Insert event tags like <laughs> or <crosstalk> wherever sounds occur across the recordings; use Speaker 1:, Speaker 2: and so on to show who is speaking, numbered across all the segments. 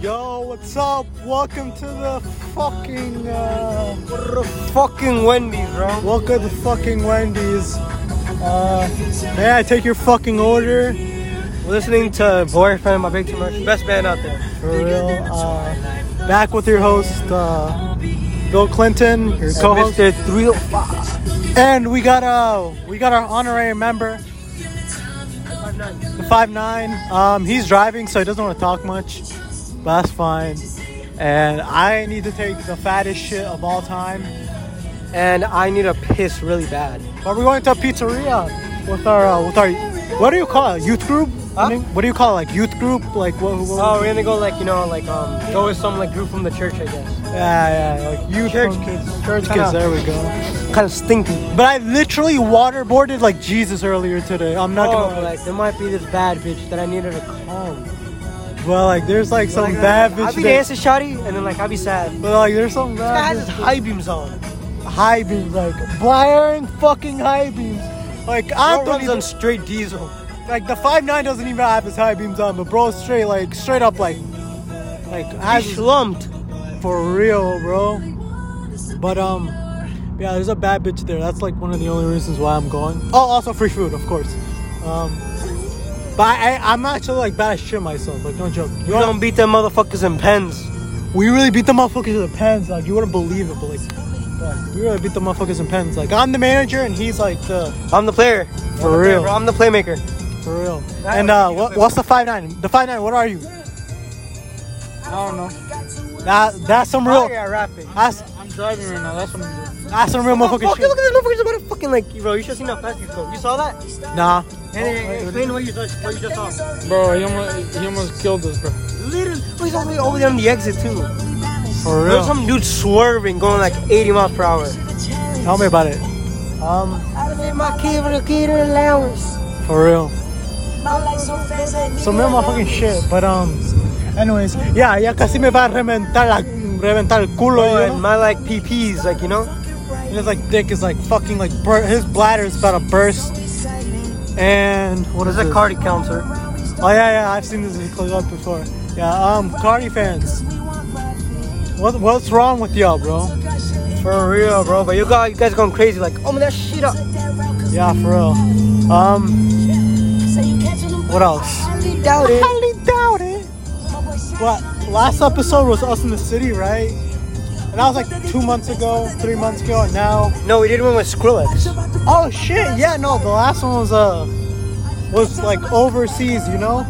Speaker 1: Yo, what's up? Welcome to the fucking uh, fucking Wendy's, bro. Welcome to fucking Wendy's. Uh, may I take your fucking order?
Speaker 2: Listening to Boyfriend by Big Too Much, best band out there.
Speaker 1: For real. Uh, back with your host, uh, Bill Clinton, your co-host,
Speaker 2: Mr. 305.
Speaker 1: and we got uh, we got our honorary member, the five nine. Um, he's driving, so he doesn't want to talk much, but that's fine. And I need to take the fattest shit of all time.
Speaker 2: And I need a piss really bad.
Speaker 1: But we're going to a pizzeria with our uh, with our what do you call it? Youth group?
Speaker 2: Huh?
Speaker 1: What do you call it? Like youth group? Like what? what
Speaker 2: Oh, we're gonna go like, you know, like, um, go with some like group from the church, I guess.
Speaker 1: yeah, yeah. Like youth
Speaker 2: Church
Speaker 1: from-
Speaker 2: kids.
Speaker 1: Church
Speaker 2: Kinda-
Speaker 1: kids. There we go.
Speaker 2: Kind of stinky.
Speaker 1: But I literally waterboarded like Jesus earlier today. I'm not
Speaker 2: Oh,
Speaker 1: gonna
Speaker 2: like, there might be this bad bitch that I needed to calm.
Speaker 1: Well, like there's like some
Speaker 2: Like,
Speaker 1: bad
Speaker 2: I
Speaker 1: bitch.
Speaker 2: be
Speaker 1: that-
Speaker 2: dancing shoddy, and then like I be sad.
Speaker 1: But like there's some
Speaker 2: Guy
Speaker 1: bad
Speaker 2: has
Speaker 1: bitch
Speaker 2: his high beams on.
Speaker 1: with high beams. Like why aren't fucking high beams? Like
Speaker 2: Bro runs
Speaker 1: Anthony,
Speaker 2: on straight diesel.
Speaker 1: like the five nine doesn't even have his high beams on, but bro, straight like straight up like like
Speaker 2: I
Speaker 1: has his-
Speaker 2: slumped.
Speaker 1: for real, bro. But um, yeah, there's a bad bitch there. That's like one of the only reasons why I'm going. Oh, also free food, of course. Um, but I, I, I'm actually like bad at shit myself. Like no joke.
Speaker 2: You don't beat them motherfuckers in pens.
Speaker 1: We really beat the motherfuckers in pens. Like you wouldn't believe it, but like, fuck, we really beat the motherfuckers in pens. Like I'm the manager and he's like the
Speaker 2: I'm the player.
Speaker 1: For
Speaker 2: I'm the player,
Speaker 1: real.
Speaker 2: bro. I'm the playmaker.
Speaker 1: for real. And uh, what, what's the five nine? The five nine. What are you?
Speaker 3: I don't know.
Speaker 1: That that's some real.
Speaker 2: Sorry, I rap it.
Speaker 1: That's
Speaker 3: I'm driving right now. That's what I'm doing.
Speaker 1: that's some real
Speaker 2: Fuck,
Speaker 1: motherfucking
Speaker 2: look at
Speaker 1: shit.
Speaker 2: this motherfucker's about to fucking like, bro. You should have seen how fast he's going. You saw that?
Speaker 1: Nah.
Speaker 2: Hey, explain what you just Oh, what you just saw.
Speaker 3: Bro, he almost, he almost killed us, bro.
Speaker 2: Literally, oh, he's all the way over there on the exit too.
Speaker 1: For
Speaker 2: There's
Speaker 1: real.
Speaker 2: some dude swerving, going like 80 miles per hour.
Speaker 1: Tell me about it. Um,
Speaker 2: I made my kid with a kid in allowance.
Speaker 1: for real.
Speaker 4: Some
Speaker 1: Some real motherfucking shit. But um, anyways, yeah, ya casi me va a reventar la reventar el culo.
Speaker 2: Bro,
Speaker 1: you know?
Speaker 2: and my like PPs, like you know,
Speaker 1: And his like dick is like fucking like bur- his bladder is about to burst. And what is
Speaker 2: there's a
Speaker 1: it?
Speaker 2: Cardi counselor.
Speaker 1: Oh yeah, yeah, I've seen this in close up before. Yeah, um, Cardi fans, what what's wrong with y'all, bro?
Speaker 2: For real, bro. But you guys, you guys going crazy, like, oh man, that shit up.
Speaker 1: Yeah, for real. Um,
Speaker 4: What else?
Speaker 2: Doubt it.
Speaker 1: highly doubt it. But last episode was us in the city, right? And that was like two months ago, three months ago, and now.
Speaker 2: No, we did one with Skrillex.
Speaker 1: Oh shit! Yeah, no, the last one was uh was like overseas, you know,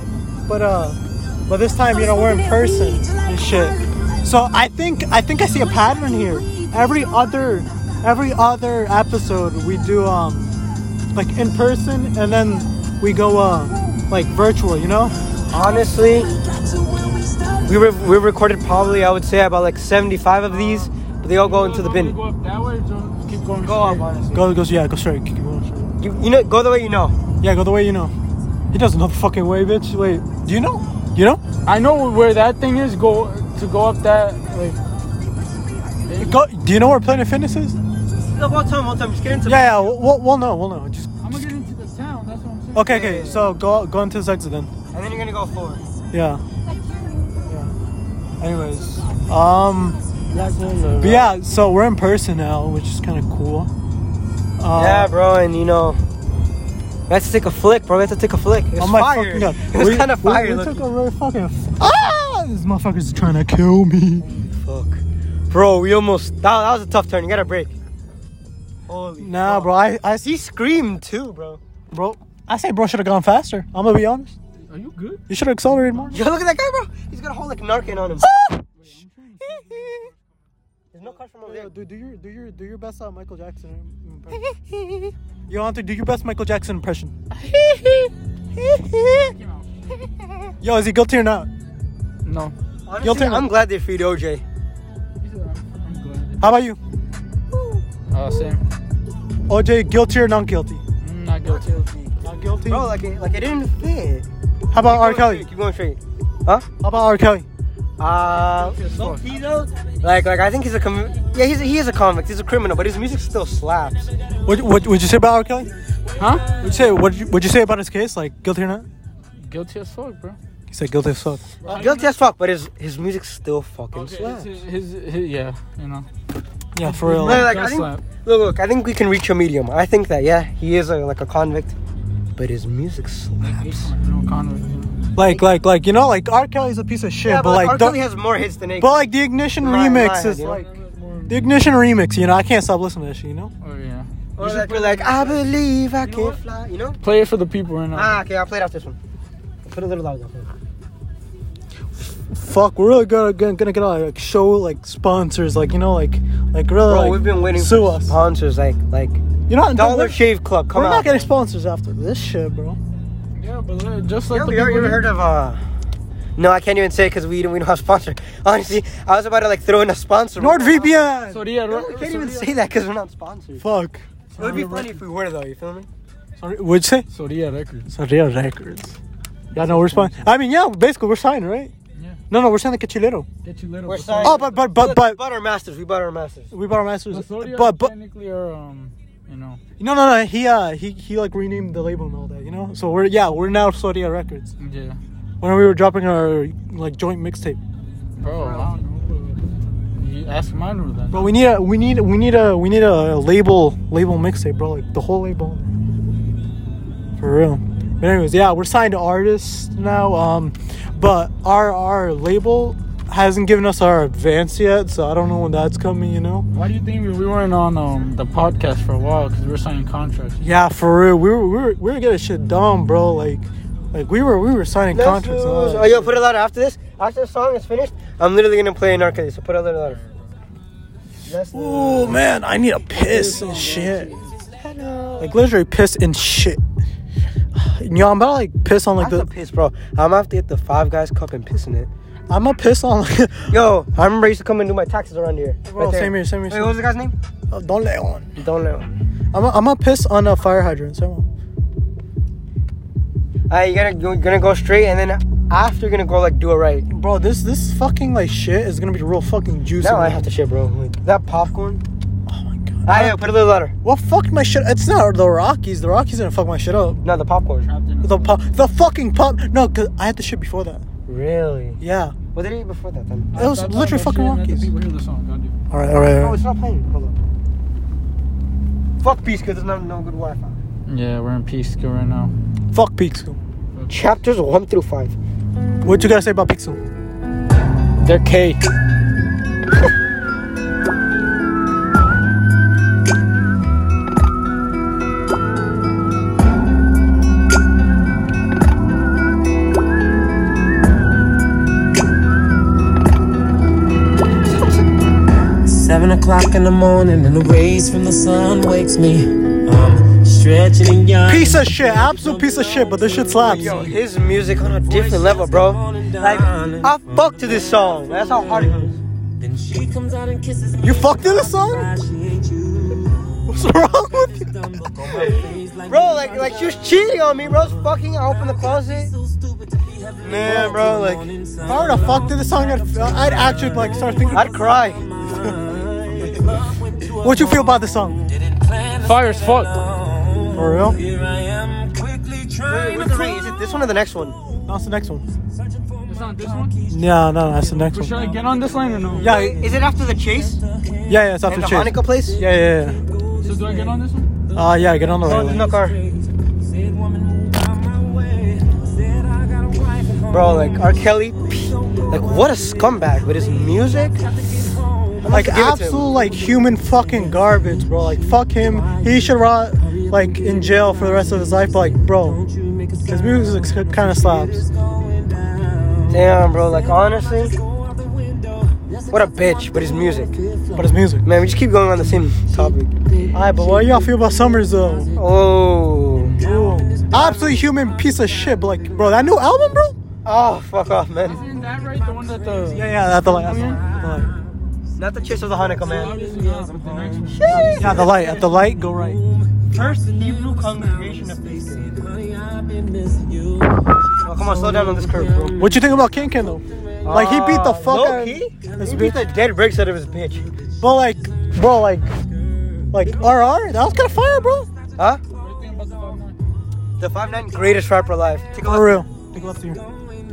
Speaker 1: but uh, but this time you know we're in person and shit. So I think I think I see a pattern here. Every other every other episode we do um like in person and then we go uh like virtual, you know.
Speaker 2: Honestly, we re- we recorded probably I would say about like 75 of these, but they all go into the bin.
Speaker 3: Go up that way or don't- keep going
Speaker 2: Go up,
Speaker 3: straight?
Speaker 2: honestly.
Speaker 1: Go goes yeah go straight. Keep going straight.
Speaker 2: You, you know, go the way you know.
Speaker 1: Yeah, go the way you know. He doesn't know the fucking way, bitch. Wait, do you know? You know?
Speaker 3: I know where that thing is. Go to go up that. Like,
Speaker 1: Go. Do you know where Planet Fitness is?
Speaker 2: Look, one time, one time, just get into
Speaker 1: Yeah, yeah. We'll, we'll know. We'll know. Just
Speaker 3: I'm gonna get into the town. That's what I'm saying.
Speaker 1: Okay, okay. So go go into this exit then.
Speaker 2: and then you're gonna go forward.
Speaker 1: Yeah. Yeah. Anyways, um, but yeah. So we're in person now, which is kind of cool. Uh,
Speaker 2: yeah, bro, and you know, we have to take a flick, bro. We have to take a flick. It's
Speaker 1: I'm like
Speaker 2: fire.
Speaker 1: fucking up.
Speaker 2: <laughs> It was
Speaker 1: We-
Speaker 2: kind of
Speaker 1: we-
Speaker 2: fire.
Speaker 1: We,
Speaker 2: looking.
Speaker 1: took a really fucking f- ah! These motherfuckers are trying to kill me.
Speaker 2: Fuck, bro, we almost. That, that was a tough turn. You gotta break. Holy.
Speaker 1: Nah,
Speaker 2: fuck.
Speaker 1: bro. I I
Speaker 2: He screamed too, bro.
Speaker 1: bro. I say bro should have gone faster. I'm gonna be honest.
Speaker 3: Are you good?
Speaker 1: You should have accelerated more. <laughs>
Speaker 2: Yo, look at that guy, bro. He's got a whole like Narcan <laughs> on him. There's no car from over there.
Speaker 1: Do, do your do your do your best uh, Michael Jackson
Speaker 2: <laughs>
Speaker 1: impression. you want to do your best Michael Jackson impression. Yo, is he guilty or not?
Speaker 3: No.
Speaker 1: You'll
Speaker 2: Honestly,
Speaker 1: take-
Speaker 2: I'm glad they freed OJ.
Speaker 3: I'm glad.
Speaker 1: How about you?
Speaker 3: Uh, same.
Speaker 1: OJ, guilty or non guilty?
Speaker 3: I'm not guilty.
Speaker 1: Not guilty.
Speaker 2: Bro, like, it, like it didn't fit.
Speaker 1: How about R.
Speaker 2: Keep going
Speaker 1: Kelly?
Speaker 2: straight, Keep going straight. Huh?
Speaker 1: How about R. Kelly?
Speaker 2: Uh, low key though, like, like I think he's a com- yeah, he's a, he is a convict. He's a criminal, but his music still slaps.
Speaker 1: What what would you say about R. Kelly?
Speaker 3: Huh?
Speaker 1: Would you say what would you say about his case? Like guilty or not?
Speaker 3: Guilty as fuck, bro.
Speaker 1: He's said guilty as fuck.
Speaker 2: Guilty as fuck, but his his music's still fucking
Speaker 3: Okay,
Speaker 2: slaps.
Speaker 3: it's his, his, his, yeah, you know.
Speaker 1: Yeah, for real.
Speaker 2: Like, like, I
Speaker 3: Does
Speaker 2: think,
Speaker 3: slap.
Speaker 2: look, look, I think we can reach a medium. I think that, yeah, he is a, like a convict, but his music slaps.
Speaker 3: No Conrad.
Speaker 1: Like, like, like, you know, like R. Kelly's a piece of shit, but like,
Speaker 2: R.
Speaker 1: the,
Speaker 2: Kelly has more hits than Akon.
Speaker 1: but like the ignition
Speaker 2: Right,
Speaker 1: remix
Speaker 2: right,
Speaker 1: is
Speaker 2: yeah.
Speaker 1: like the ignition remix. You know, I can't stop listening to that shit. You know,
Speaker 3: Oh yeah.
Speaker 2: Or like, we're like, I believe I can
Speaker 3: what?
Speaker 2: fly, you know?
Speaker 3: Play it for the people right now.
Speaker 2: Ah, okay, I'll play it after this one. Put a little louder.
Speaker 1: fuck, we're really gonna gonna, gonna get all like show like sponsors, like you know, like like really.
Speaker 2: Bro,
Speaker 1: like,
Speaker 2: we've been waiting
Speaker 1: sue
Speaker 2: for
Speaker 1: us.
Speaker 2: sponsors, like, like
Speaker 1: You know, and don't-
Speaker 2: Dollar Shave Club, come
Speaker 1: we're
Speaker 2: out.
Speaker 1: not getting sponsors after this shit, bro.
Speaker 3: Yeah, but li- just
Speaker 2: You
Speaker 3: like
Speaker 2: ever,
Speaker 3: the
Speaker 2: you ever- you
Speaker 3: people.
Speaker 2: ever heard of uh? No, I can't even say because we don't we don't have sponsor. <laughs> Honestly, I was about to like throw in a sponsor.
Speaker 1: NordVPN.
Speaker 3: so yeah,
Speaker 2: No, we can't even say that because we're not sponsored.
Speaker 1: fuck.
Speaker 2: It would be funny if we were though. You feel me?
Speaker 1: Sorry, what'd you say?
Speaker 3: Soria Records.
Speaker 1: Surreal Records. Yeah, no, we're signed. I mean, yeah, basically we're signed, right?
Speaker 3: Yeah.
Speaker 1: No, no, we're signed to Cachilero.
Speaker 3: Get you little.
Speaker 2: We're
Speaker 3: for
Speaker 2: signed.
Speaker 1: Oh, but but but
Speaker 2: Look,
Speaker 1: but
Speaker 2: we bought our masters. We bought our masters.
Speaker 1: we bought our
Speaker 3: Soria.
Speaker 1: masters.
Speaker 3: Soria
Speaker 1: But but
Speaker 3: technically are um, you know.
Speaker 1: no no no he uh he he like renamed the label and all that, you know. So we're yeah we're now Soria Records.
Speaker 3: Yeah.
Speaker 1: When we were dropping our like joint mixtape,
Speaker 3: Bro, I don't know. You ask Manu then.
Speaker 1: but we need a we need we need a we need a label label mixtape, bro. Like the whole label. For real. But anyways, yeah, we're signed to artists now. Um, but our our label hasn't given us our advance yet, so I don't know when that's coming. You know.
Speaker 3: Why do you think we- we weren't on um the podcast for a while? Because we were signing contracts.
Speaker 1: Yeah, for real. We were we were, we were getting shit done, bro. Like like we were we were signing
Speaker 2: Let's
Speaker 1: contracts. and all
Speaker 2: lose-
Speaker 1: that
Speaker 2: Oh, yo,
Speaker 1: shit.
Speaker 2: put it louder after this. After the song is finished, I'm literally gonna play Narcos. So put it a little louder. Let's lose.
Speaker 1: Ooh man, I need a piss and shit. Like literally piss and shit. <sighs> Yo, I'm about to like piss on
Speaker 2: I
Speaker 1: like
Speaker 2: have to
Speaker 1: the.
Speaker 2: piss, bro. I'm gonna have to get the Five Guys cup and piss in it.
Speaker 1: I'm gonna piss on <laughs> like.
Speaker 2: Yo, I remember I used to come and do my taxes around here.
Speaker 1: Bro,
Speaker 2: there.
Speaker 1: same here, same here,
Speaker 2: Wait,
Speaker 1: same
Speaker 2: what was the guy's name?
Speaker 1: Oh, Don't let on.
Speaker 2: Don't know.
Speaker 1: I'm gonna I'm gonna piss on a fire hydrant. So
Speaker 2: Uh, you gotta you're gonna go straight, and then after you're gonna go like do it right.
Speaker 1: bro, this this fucking like shit is gonna be real fucking juicy.
Speaker 2: Now I
Speaker 1: man.
Speaker 2: have to shit, bro. Like, that popcorn.
Speaker 1: Oh my god.
Speaker 2: I yeah, put a little louder.
Speaker 1: Well, fuck my shit. It's not the Rockies. The Rockies didn't fuck my shit up.
Speaker 2: No, the popcorn.
Speaker 3: Trapped in a-
Speaker 1: The pop, the fucking pop. No, cause I had the shit before that.
Speaker 2: Really?
Speaker 1: Yeah.
Speaker 2: What did I eat before that then?
Speaker 1: It was
Speaker 3: I thought
Speaker 1: literally
Speaker 3: about
Speaker 1: fucking
Speaker 3: shit and let the
Speaker 1: Rockies.
Speaker 3: people hear the song, God, dude.
Speaker 1: All right, all right.
Speaker 2: No, Oh, it's not playing. Hold on. Fuck peace, cause there's not no good Wi-Fi.
Speaker 3: Yeah, we're in Pisco right now.
Speaker 1: Fuck Pixel.
Speaker 2: Chapters one through five.
Speaker 1: What you gotta say about Pixel?
Speaker 3: They're K.
Speaker 5: Seven o'clock in the morning and the rays from the sun wakes me. I'm stretching and young.
Speaker 1: Piece of shit. Absolute piece of shit. But this shit slaps.
Speaker 2: Yo, his music on a different level, bro. Like I fuck to this song. That's how hard it is.
Speaker 5: Then she comes out and kisses me.
Speaker 1: You fucked in the song?
Speaker 5: Why she ain't you?
Speaker 1: What's wrong with you?
Speaker 5: Dumb look on my face like
Speaker 2: Bro, like like she was cheating on me, bro. It's Fucking, I opened the closet.
Speaker 5: so stupid to be having
Speaker 2: Man, bro, like
Speaker 1: If I were to fuck to the song, I'd, I'd actually like start thinking.
Speaker 2: I'd cry.
Speaker 1: What you feel about the song?
Speaker 3: Fire as fuck.
Speaker 1: For real?
Speaker 5: Here I am quickly trying
Speaker 2: What's the rate? Is it this one or the next one?
Speaker 1: That's the next one.
Speaker 3: It's not this one.
Speaker 1: Yeah, no, that's the next
Speaker 3: But should I
Speaker 1: one.
Speaker 3: get on this line or no?
Speaker 1: Yeah, yeah,
Speaker 2: Is it after the chase?
Speaker 1: yeah, it's after
Speaker 2: The
Speaker 1: the chase.
Speaker 2: Hanukkah place?
Speaker 1: Yeah, yeah,
Speaker 3: So do I get on this one?
Speaker 1: yeah. Uh, yeah, get on the right
Speaker 2: Oh, No, there's no
Speaker 1: lane.
Speaker 2: car.
Speaker 5: Said woman move out my way. Said I got a wife and
Speaker 2: Bro, like R. Kelly, pff, like what a scumbag with his music.
Speaker 1: Like
Speaker 2: Give it to him.
Speaker 1: absolute like human fucking garbage, bro. Like fuck him. He should rot like in jail for the rest of his life. Like, bro,
Speaker 5: you make a
Speaker 1: his music kind of slaps.
Speaker 5: going down.
Speaker 2: Damn, bro, like honestly,
Speaker 5: Go out the window. That's
Speaker 2: what a bitch with his music.
Speaker 1: But his music.
Speaker 2: Man, we just keep going on the same topic.
Speaker 1: Alright, but what y'all feel about Summers though?
Speaker 2: Oh,
Speaker 1: Absolute human piece of shit. But like, bro, that new album, bro.
Speaker 2: oh, fuck off, man.
Speaker 3: Isn't that right? The one that the.
Speaker 1: Yeah, yeah, that's the light. That's the light.
Speaker 2: Not the chase of the Hanukkah, man.
Speaker 1: that's the light. Yeah, the light. At the light, go right.
Speaker 2: First Hebrew congregation of peace.
Speaker 5: Honey, I've been missing you.
Speaker 2: Oh, come on, slow down on this curve, bro.
Speaker 1: What you think about King Ken though? Like he beat the fuck out.
Speaker 2: Low
Speaker 1: of-
Speaker 2: key,
Speaker 1: this
Speaker 2: he beat the
Speaker 1: bitch.
Speaker 2: dead bricks out of his bitch.
Speaker 1: But like, bro, like, like RR, that was kind of fire, bro.
Speaker 2: Huh? The 5'9 greatest rapper alive. Take a
Speaker 1: For
Speaker 2: look.
Speaker 1: real. Take a left here.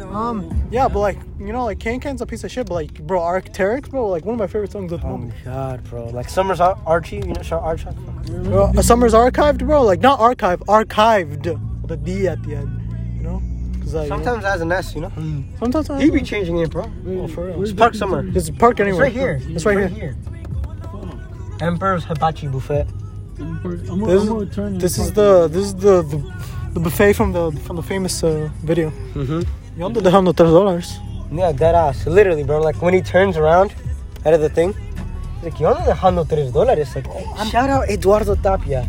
Speaker 1: Um, yeah, but like, you know, like Kankan's a piece of shit, but like, bro, Arcteryx, bro, like one of my favorite songs at the
Speaker 2: Oh
Speaker 1: moment.
Speaker 2: my god, bro! Like Summer's Ar- Archie, you know, Sha- Archie.
Speaker 1: Bro, Uh, a summer's archived, bro. Like not archived, archived. With a D at the end, you know. 'Cause, like, you know,
Speaker 2: Sometimes it has an S, you know.
Speaker 1: sometimes I-
Speaker 2: He be changing it, bro.
Speaker 1: Oh, for real.
Speaker 2: It's Park Summer.
Speaker 1: It's park
Speaker 2: It's
Speaker 1: anywhere.
Speaker 2: right here.
Speaker 1: It's right here.
Speaker 2: here. Emperor's Hibachi Buffet.
Speaker 3: I'm gonna-
Speaker 1: This,
Speaker 3: I'm gonna turn
Speaker 1: this
Speaker 3: and
Speaker 1: is
Speaker 3: fuck
Speaker 1: the this is the, the the buffet from the from the famous uh, video.
Speaker 2: Mhm.
Speaker 1: You only down the three dollars.
Speaker 2: Yeah, dead ass. Literally, bro. Like when he turns around out of the thing, he's like, "Yo no dejando tres dólares." Like, oh, shout out Eduardo Tapia,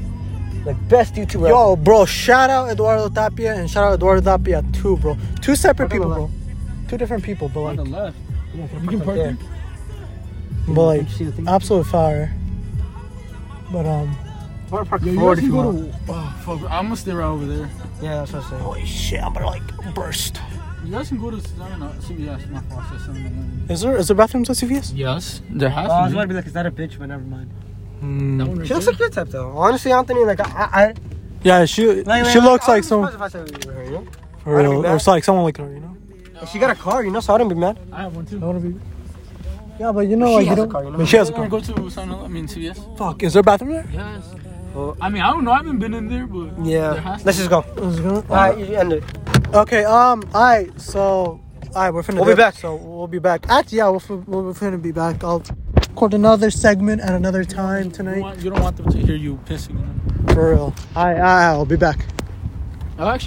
Speaker 2: like best YouTuber.
Speaker 1: Yo, bro, shout out Eduardo Tapia and shout out Eduardo Tapia too, bro. Two separate
Speaker 2: Park
Speaker 1: people,
Speaker 2: on the
Speaker 1: bro. Two different people, but
Speaker 3: On
Speaker 1: like,
Speaker 3: the left. You can park
Speaker 2: there.
Speaker 3: there.
Speaker 1: but like,
Speaker 2: see the thing?
Speaker 1: absolute fire. But um,
Speaker 2: Wanna park
Speaker 3: Yo, you
Speaker 2: forward
Speaker 3: guys
Speaker 2: if
Speaker 3: can
Speaker 2: you
Speaker 3: go
Speaker 2: want.
Speaker 3: to. Oh, fuck. I'm gonna stay right over there.
Speaker 2: Yeah, that's what I'm saying.
Speaker 1: holy shit, I'm gonna like burst.
Speaker 3: You guys can go to Sedona. CVS. My fault. I said something.
Speaker 1: Is there is there bathrooms at CVS?
Speaker 3: Yes, there has
Speaker 2: Oh, I was
Speaker 3: to
Speaker 2: about to
Speaker 3: be.
Speaker 2: be like, "Is that a bitch?" But never mind.
Speaker 1: Mm.
Speaker 3: That one right
Speaker 2: She looks
Speaker 3: there.
Speaker 2: like your type, though. Honestly, Anthony, like I, I, I
Speaker 1: Yeah, she
Speaker 2: like,
Speaker 1: she
Speaker 2: like,
Speaker 1: looks
Speaker 2: I
Speaker 1: like
Speaker 2: wouldn't
Speaker 1: some
Speaker 2: be surprised if I said you were her, you know?
Speaker 1: for
Speaker 2: I don't
Speaker 1: real,
Speaker 2: be
Speaker 1: or
Speaker 2: mad.
Speaker 1: it's like someone like her, you know.
Speaker 2: She got a car, you know, so I wouldn't be mad.
Speaker 3: I have one too.
Speaker 1: want to be. Yeah, but you know,
Speaker 2: She
Speaker 1: like you
Speaker 2: has a
Speaker 1: don't.
Speaker 2: car, you know?
Speaker 1: I mean, she has a
Speaker 3: You wanna
Speaker 1: car.
Speaker 3: go to Sedona? I mean CVS.
Speaker 1: Fuck, is there a bathroom there?
Speaker 3: Yes. I mean I don't know. I haven't been in there, but There
Speaker 2: Yeah.
Speaker 3: has to
Speaker 2: Let's just go.
Speaker 1: Is there gonna-
Speaker 2: Alright, you end it.
Speaker 1: Okay. Um. All right. So. All right, we're finna.
Speaker 2: We'll be
Speaker 1: dip,
Speaker 2: back.
Speaker 1: So we'll be back. Actually, yeah, we're, fin- we're finna be back. I'll record another segment at another time
Speaker 3: You don't
Speaker 1: tonight.
Speaker 3: want, you don't want them to hear you pissing.
Speaker 1: For real. I I'll be back.
Speaker 3: I actually.